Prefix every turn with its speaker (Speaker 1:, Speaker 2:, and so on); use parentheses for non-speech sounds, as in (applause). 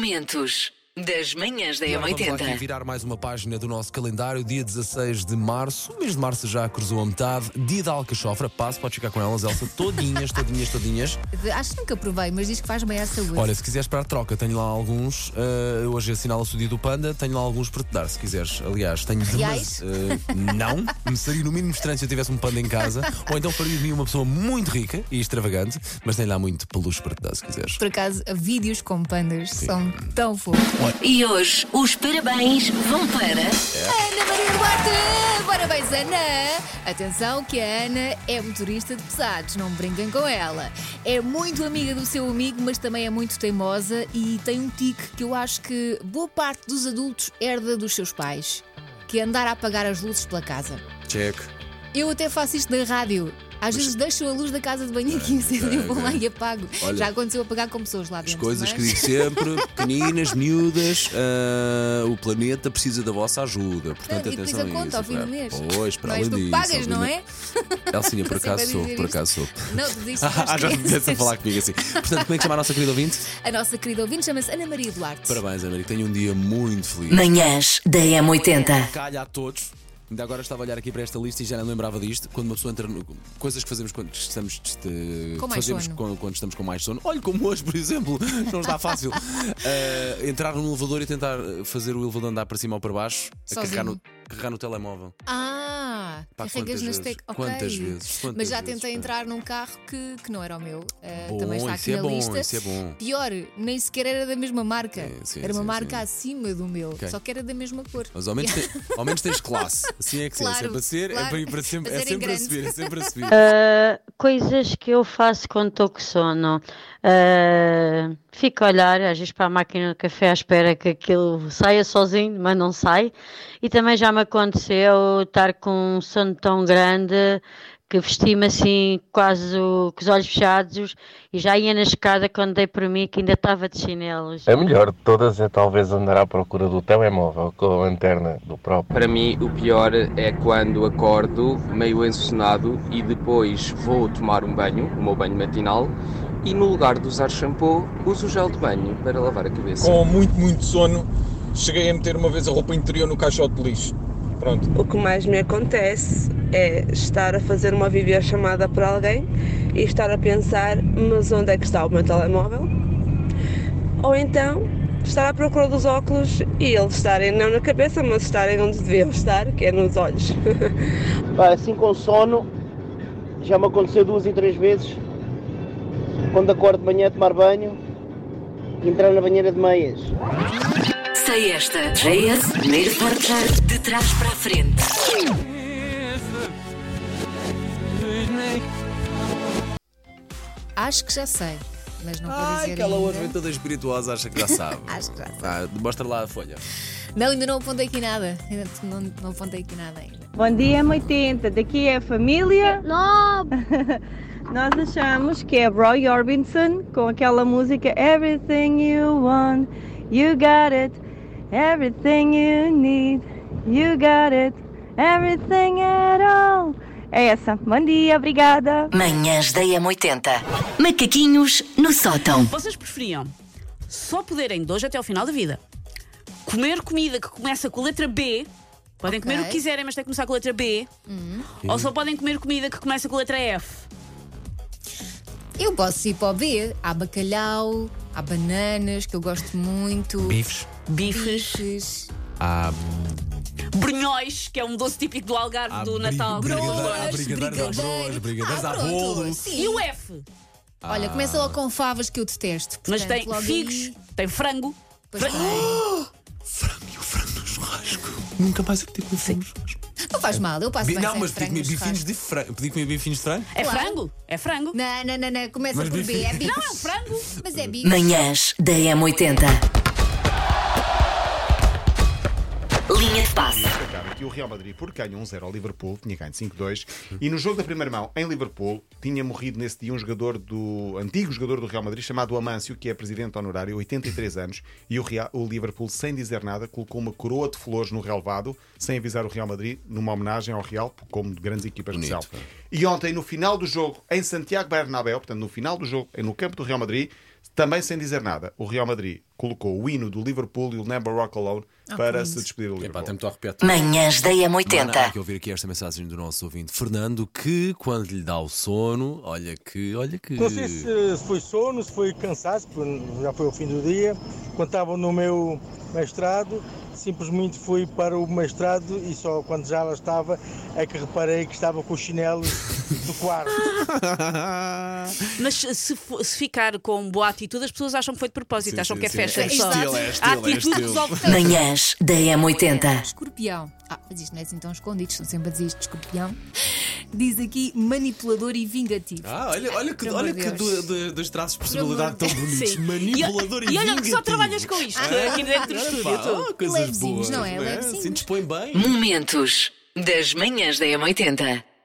Speaker 1: Momentos das manhãs da
Speaker 2: Agora Então Vamos lá aqui
Speaker 1: M80.
Speaker 2: virar mais uma página do nosso calendário, dia 16 de março, o mês de março já cruzou a metade, dia da alcachofra, passo, pode ficar com elas, Elsa, todinhas, todinhas, todinhas.
Speaker 3: De- Acho que nunca provei, mas diz que faz bem à saúde.
Speaker 2: Olha, se quiseres para a troca, tenho lá alguns, eh, hoje assinala-se o dia do panda, tenho lá alguns para te dar, se quiseres. Aliás, tenho
Speaker 3: Reais?
Speaker 2: eh, Não, me seria no mínimo estranho se eu tivesse um panda em casa, ou então faria de mim uma pessoa muito rica e extravagante, mas tenho lá muito peluche para te dar, se quiseres.
Speaker 3: Por acaso, vídeos com pandas são tão fofos.
Speaker 1: E hoje os parabéns vão para.
Speaker 3: Ana Maria Duarte! Parabéns, Ana! Atenção que a Ana é motorista de pesados, não brinquem com ela. É muito amiga do seu amigo, mas também é muito teimosa e tem um tique que eu acho que boa parte dos adultos herda dos seus pais, que é andar a apagar as luzes pela casa.
Speaker 2: Check.
Speaker 3: Eu até faço isto na rádio. Às vezes deixo a luz da casa de banho aqui acesa e eu vou lá e apago.
Speaker 2: Ah, Olha,
Speaker 3: Já aconteceu apagar com pessoas lá
Speaker 2: As
Speaker 3: dentro.
Speaker 2: coisas que
Speaker 3: mas-
Speaker 2: digo sempre,
Speaker 3: (laughs)
Speaker 2: pequeninas, miúdas, ah, o planeta precisa da vossa ajuda. Portanto,
Speaker 3: Não, e depois
Speaker 2: atenção
Speaker 3: a
Speaker 2: a
Speaker 3: conta
Speaker 2: isso.
Speaker 3: ao fim do
Speaker 2: claro.
Speaker 3: mês.
Speaker 2: Pois, para
Speaker 3: Mas
Speaker 2: além
Speaker 3: tu
Speaker 2: disso.
Speaker 3: pagas,
Speaker 2: (laughs)
Speaker 3: não é?
Speaker 2: Elcinha, por
Speaker 3: Não sei
Speaker 2: acaso
Speaker 3: para
Speaker 2: sou,
Speaker 3: dizer
Speaker 2: por
Speaker 3: isto. é
Speaker 2: acaso
Speaker 3: (laughs)
Speaker 2: sou. (laughs)
Speaker 3: Não, desiste.
Speaker 2: Ah, já estivesse a
Speaker 3: esqueces.
Speaker 2: falar comigo assim. Portanto, como é que chama a nossa querida ouvinte?
Speaker 3: A nossa querida ouvinte chama-se Ana Maria Duarte.
Speaker 2: Parabéns, América. Tenho um dia muito feliz.
Speaker 1: Manhãs da M80.
Speaker 2: Calha a todos. Ainda agora estava a olhar aqui para esta lista e já não lembrava disto. Quando uma pessoa entra. No... Coisas que fazemos quando estamos. deste-
Speaker 3: Com mais
Speaker 2: fazemos
Speaker 3: sono.
Speaker 2: Quando, quando estamos com mais sono. Olha, como hoje, por exemplo, (laughs) não está fácil. Ah, entrar num elevador e tentar fazer o elevador andar para cima ou para baixo, a
Speaker 3: Sozinho.
Speaker 2: carregar no, carregar no telemóvel.
Speaker 3: Ah,
Speaker 2: Pá,
Speaker 3: carregas
Speaker 2: quantas
Speaker 3: nas
Speaker 2: vezes?
Speaker 3: teclas. Ok.
Speaker 2: Quantas vezes? Quantas
Speaker 3: Mas já
Speaker 2: vezes,
Speaker 3: tentei
Speaker 2: pá?
Speaker 3: entrar num carro que, que não era o meu. Uh,
Speaker 2: Bom,
Speaker 3: também está
Speaker 2: isso
Speaker 3: aqui
Speaker 2: é
Speaker 3: na
Speaker 2: bom,
Speaker 3: lista.
Speaker 2: isso é bom.
Speaker 3: Pior, nem sequer era da mesma marca.
Speaker 2: Sim, sim,
Speaker 3: era uma
Speaker 2: sim,
Speaker 3: marca
Speaker 2: sim.
Speaker 3: acima do meu,
Speaker 2: Ok.
Speaker 3: só que era da mesma cor.
Speaker 2: Mas ao menos,
Speaker 3: (laughs)
Speaker 2: tem- ao menos tens classe. Assim é que sim.
Speaker 3: Claro,
Speaker 2: É para ser, é
Speaker 3: claro.
Speaker 2: para ir para sempre,
Speaker 3: Fazer
Speaker 2: é
Speaker 3: em
Speaker 2: sempre a
Speaker 3: grande.
Speaker 2: subir, é sempre a
Speaker 3: (laughs)
Speaker 2: subir.
Speaker 4: Ah, coisas que eu faço quando estou com sono. Ah, fico a olhar, às vezes, para a máquina do café à espera que aquilo saia sozinho, mas não sai. E também já me aconteceu estar com um sono tão grande que vesti-me assim, quase o- com os olhos fechados, e já ia na escada quando dei por mim que ainda estava de chinelos.
Speaker 5: A melhor de todas é talvez andar à procura do telemóvel com a lanterna do próprio.
Speaker 6: Para mim, o pior é quando acordo meio ensonado e depois vou tomar um banho, o meu banho matinal, e no lugar de usar shampoo, uso gel de banho para lavar a cabeça.
Speaker 7: com muito, muito sono, cheguei a meter uma vez a roupa interior no caixote de lixo. Pronto.
Speaker 8: O que mais me acontece é estar a fazer uma videochamada por alguém e estar a pensar, mas onde é que está o meu telemóvel? Ou então estar à procura dos óculos e eles estarem não na cabeça, mas estarem onde deviam estar, que é nos olhos. (laughs)
Speaker 9: Pá, assim com sono, já me aconteceu duas e três vezes. Quando acordo de manhã a tomar banho, entrar na banheira de meias.
Speaker 1: Sei esta. JS, primeiro forte de trás para a frente.
Speaker 3: Acho que já sei, mas não vou
Speaker 2: Ai,
Speaker 3: dizer
Speaker 2: aquela
Speaker 3: ainda.
Speaker 2: hoje vem toda espirituosa, acha que já sabe.
Speaker 3: Acho que já sabe.
Speaker 2: Ah, mostra lá a folha.
Speaker 3: Não, ainda não apontei aqui nada. Ainda Não, não apontei aqui nada ainda.
Speaker 10: Bom dia, M80. Daqui é a família. (laughs) Nós achamos que é Roy Orbison com aquela música Everything You Want, You Got It. Everything You Need, You Got It. Everything at All. É essa. Bom dia, obrigada.
Speaker 1: Manhãs da M80. Macaquinhos no sótão.
Speaker 11: Vocês preferiam só poderem de hoje até ao final da vida comer comida que começa com a letra B? Podem comer o que
Speaker 3: Ok. Hum.
Speaker 11: quiserem, mas tem que começar com a letra B. Ou só podem comer comida que começa com a letra F.
Speaker 3: Eu posso ir para o B. Há bacalhau, há bananas, que eu gosto muito.
Speaker 2: Bifes.
Speaker 11: Bifes,
Speaker 3: Bifes.
Speaker 2: Há
Speaker 11: brunhões, que é um doce típico do Algarve
Speaker 2: Há
Speaker 11: do
Speaker 2: bri-
Speaker 11: Natal.
Speaker 2: brigadeiro, há
Speaker 3: Broas,
Speaker 2: brigadeiro, há broas, brigadeiros,
Speaker 3: Ah,
Speaker 2: há Ah.
Speaker 3: pronto,
Speaker 2: bolo.
Speaker 3: sim.
Speaker 11: E o F?
Speaker 3: Olha, começa logo com favas que eu detesto.
Speaker 11: Mas
Speaker 3: Portanto,
Speaker 11: tem
Speaker 3: logo
Speaker 11: figos,
Speaker 3: aí-
Speaker 11: tem frango.
Speaker 3: Pois
Speaker 11: (gasps) Fra-
Speaker 3: tem.
Speaker 2: frango e o frango no churrasco. Nunca mais eu pedi comer frango no churrasco.
Speaker 3: Não faz mal, eu passo bem
Speaker 2: Não,
Speaker 3: sem
Speaker 2: mas pedi
Speaker 3: frango
Speaker 2: comer
Speaker 3: nos
Speaker 2: bifinhos
Speaker 3: churrascos.
Speaker 2: de frango. Pedi comer bifinhos de frango?
Speaker 11: É
Speaker 3: Claro.
Speaker 11: frango? É frango?
Speaker 3: Não, não, não, não, começa
Speaker 2: Mas
Speaker 3: por B. É
Speaker 2: bife-
Speaker 3: bife.
Speaker 11: Não, é um frango.
Speaker 3: Mas é bife.
Speaker 1: Manhãs da M80. Linha de passe.
Speaker 12: destacar que o Real Madrid, porque ganhou 1-0 ao Liverpool, tinha ganho 5-2, e no jogo da primeira mão, em Liverpool, tinha morrido nesse dia um jogador do. antigo jogador do Real Madrid, chamado Amâncio, que é presidente honorário, 83 anos, e o, Real- o Liverpool, sem dizer nada, colocou uma coroa de flores no relvado, sem avisar o Real Madrid, numa homenagem ao Real, como de grandes equipas de
Speaker 2: Bonito,
Speaker 12: Portugal. E ontem, no final do jogo, em Santiago Bernabéu, portanto, no final do jogo, no é campo do Real Madrid, Também sem dizer nada, o Real Madrid colocou o hino do Liverpool e o Never Rock Alone
Speaker 2: Ah,
Speaker 12: para
Speaker 2: que
Speaker 12: se
Speaker 2: lindo.
Speaker 12: despedir do Liverpool.
Speaker 1: Manhãs da
Speaker 2: Mana, Há
Speaker 1: M80.
Speaker 2: que ouvir aqui esta mensagem do nosso ouvinte Fernando que quando lhe dá o sono, olha que, olha que.
Speaker 13: Não sei se foi sono, se foi cansaço, porque já foi o fim do dia. Quando estava no meu mestrado, simplesmente fui para o mestrado e só quando já lá estava é que reparei que estava com os chinelos do quarto.
Speaker 11: Mas se, fo- se ficar com boa atitude, as pessoas acham que foi de propósito,
Speaker 1: Sim,
Speaker 11: acham
Speaker 1: sim,
Speaker 11: que é
Speaker 1: sim.
Speaker 11: festa.
Speaker 1: É
Speaker 11: só.
Speaker 1: estilo, é
Speaker 11: a
Speaker 1: estilo, é
Speaker 11: atitude
Speaker 1: estilo.
Speaker 11: resolve tudo.
Speaker 1: Manhãs da M80.
Speaker 3: Escorpião. Ah, mas isto não é assim tão escondido, estão sempre a dizer isto de escorpião. Diz aqui manipulador e vingativo.
Speaker 2: Ah, olha, olha que,
Speaker 3: Pelo
Speaker 2: olha
Speaker 3: amor
Speaker 2: que
Speaker 3: de
Speaker 2: do,
Speaker 3: Deus.
Speaker 2: do- dos traços de personalidade tão
Speaker 3: Pelo amor de Deus.
Speaker 2: bonitos.
Speaker 3: Sim.
Speaker 2: Manipulador e,
Speaker 11: E olha que só
Speaker 2: vingativo.
Speaker 11: trabalhas com isto,
Speaker 2: Ah,
Speaker 11: aqui dentro do
Speaker 2: olha,
Speaker 11: estúdio,
Speaker 2: pá,
Speaker 11: tu.
Speaker 2: oh, coisas
Speaker 11: Levezinhos,
Speaker 2: boas,
Speaker 11: não é?
Speaker 2: Sim,
Speaker 11: Levezinhos.
Speaker 2: dispõe bem.
Speaker 1: Momentos das manhãs da M80.